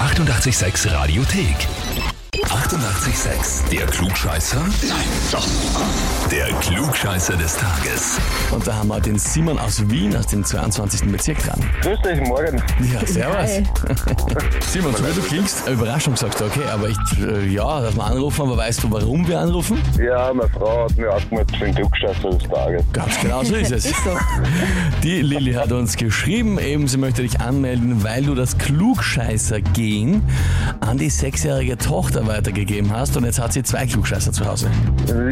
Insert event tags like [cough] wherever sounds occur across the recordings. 886 Radiothek. 88,6. Der Klugscheißer? Nein, doch. Der Klugscheißer des Tages. Und da haben wir den Simon aus Wien aus dem 22. Bezirk dran. Grüß dich, morgen. Ja, servus. Hi. [laughs] Simon, so wie du klingst, eine Überraschung sagst du, okay, aber ich, äh, ja, dass wir anrufen, aber weißt du, warum wir anrufen? Ja, meine Frau hat mir angemeldet für den Glücksscheißer des Tages. Ganz genau so ist [laughs] es. So. Die Lilly hat uns geschrieben, eben sie möchte dich anmelden, weil du das Klugscheißer-Gen an die sechsjährige Tochter weitergegeben hast und jetzt hat sie zwei Klugscheißer zu Hause.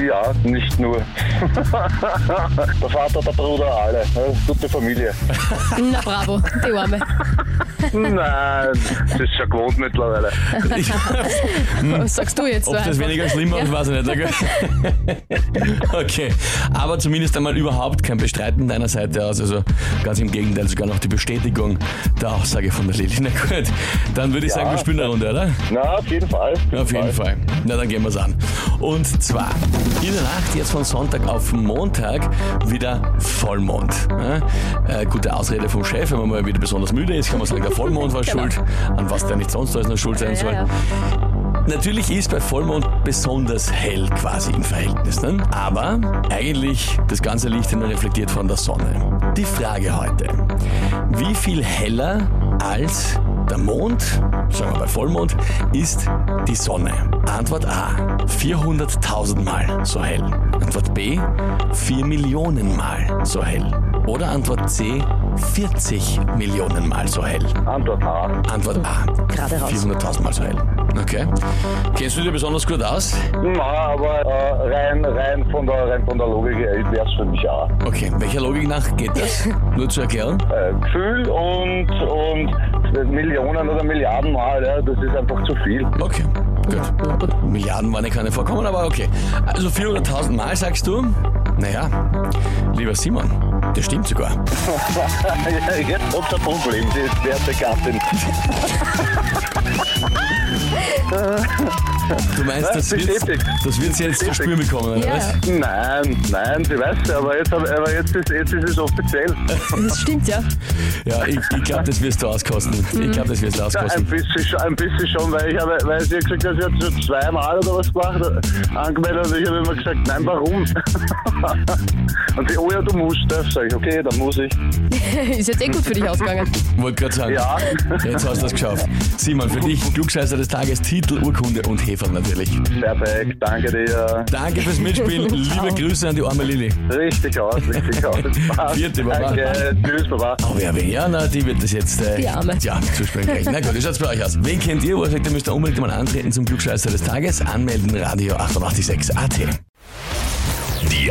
Ja, nicht [laughs] nur. der Vater, der Bruder, alle. Eine Gute Familie. Na bravo, die Arme. Nein, das ist schon gewohnt mittlerweile. Ich, Was sagst du jetzt? Hm. ob das weniger schlimmer ist, weiß ich nicht. okay? Okay, aber zumindest einmal überhaupt kein Bestreiten deiner Seite aus. Also ganz im Gegenteil, sogar noch die Bestätigung der Aussage von der Lilly. Na gut, dann würde ich sagen, wir spielen eine Runde, oder? Na, auf jeden Fall. Auf jeden Fall. Na, dann gehen wir's an. Und zwar, in der Nacht jetzt von Sonntag auf Montag wieder Vollmond. Ja? Äh, gute Ausrede vom Chef, wenn man mal wieder besonders müde ist, kann man sagen, der Vollmond war Genau. schuld, an was der nicht sonst alles noch schuld sein soll. ja. Natürlich ist bei Vollmond besonders hell quasi im Verhältnis, ne? aber eigentlich das ganze Licht immer reflektiert von der Sonne. Die Frage heute, wie viel heller als der Mond, sagen wir bei Vollmond, ist die Sonne? Antwort A, 400.000 Mal so hell. Antwort B, 4 Millionen Mal so hell. Oder Antwort C, 40 Millionen Mal so hell. Antwort A. Antwort A. Gerade raus. 400.000 Mal so hell. Okay. Kennst du dir besonders gut aus? Na, aber äh, rein, rein, von der, rein von der Logik her wäre es für mich A. Okay. Welcher Logik nach geht [laughs] das? Nur zur Erklärung. Äh, Gefühl und, und Millionen oder Milliarden Mal, ja, das ist einfach zu viel. [laughs] Okay. Gut. Milliarden waren ja keine vorkommen, aber okay. Also 400.000 Mal sagst du? Naja, lieber Simon, das stimmt sogar. Jetzt habt ihr ein Problem, die werte Gattin. Du meinst, Ja, das wird bestätigt. das wird's jetzt zu spüren bekommen, oder Ja. was? Nein, nein, sie weiß ja, aber jetzt, aber jetzt, ist, jetzt ist es offiziell. Das stimmt [laughs] ja. Ja, ich, ich glaube, das wirst du auskosten. Ich Mhm. glaube, das wirst du Ein auskosten. bisschen, schon- ein bisschen schon, weil ich habe, weil sie hat gesagt, dass sie hat schon zweimal oder was gemacht, angemeldet und ich habe immer gesagt, nein, warum? [laughs] und sie, oh ja, du musst, darf, sag ich, okay, dann muss ich. Ist jetzt eh gut für dich ausgegangen. Wollte gerade sagen. Ja. Jetzt hast du das geschafft. Simon, für dich [laughs] Glückscheißer des Tages, Titel, Urkunde und Hefer natürlich. Perfekt, danke dir. Danke fürs Mitspielen. Liebe [laughs] Ciao. Grüße an die arme Lilly. Richtig aus, richtig aus. Passt. Vierte Baba. Danke, tschüss, Baba. Aber ja, wen- ja, na, die wird das jetzt äh, Die Arme. Tja, zu spät kriegen. Na gut, wie schaut's bei euch aus? Wen kennt ihr, wo ihr sagt, ihr müsst da unbedingt mal antreten zum Glückscheißer des Tages? Anmelden, Radio 886 AT. Die